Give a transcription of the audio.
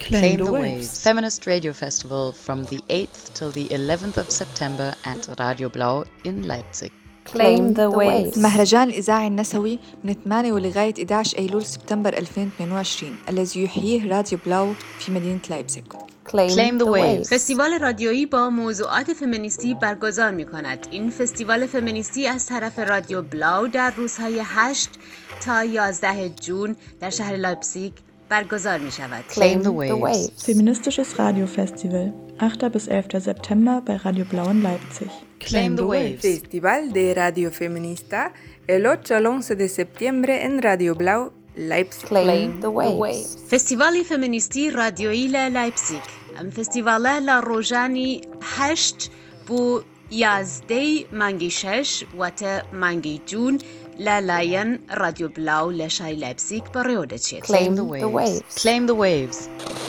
Claim the Waves. Feminist Radio Festival from the 8th till the 11th of September at Radio Blau in Leipzig. Claim the Waves مهرجان الإذاعي النسوي من 8 ولغاية 11 أيلول سبتمبر 2022 الذي يحييه راديو بلاو في مدينة لايبزيغ. Claim the Waves. فستیوال رادیویی با موضوعات فمینیستی برگزار می کند. این فستیوال فمینیستی از طرف رادیو بلاو در روزهای 8 تا 11 جون در شهر لایپزیگ برگزار می شود. Claim the Waves. Feministisches Radiofestival. 8. bis 11. September bei Radio Blau in Leipzig. Claim the Waves. Festival de Radio Feminista el 8 al 11 de septiembre en Radio Blau, Leipzig. Claim the Waves فستیوال فمینیستی رادیویی ل لایپزیگ. ام فستیوال ل روژانی 8 بو 11 مانگی 6 و تا مانگی جون ل لاین رادیو بلاو لشای لایپزیگ بریوده چید. Claim the Waves. Claim the Waves.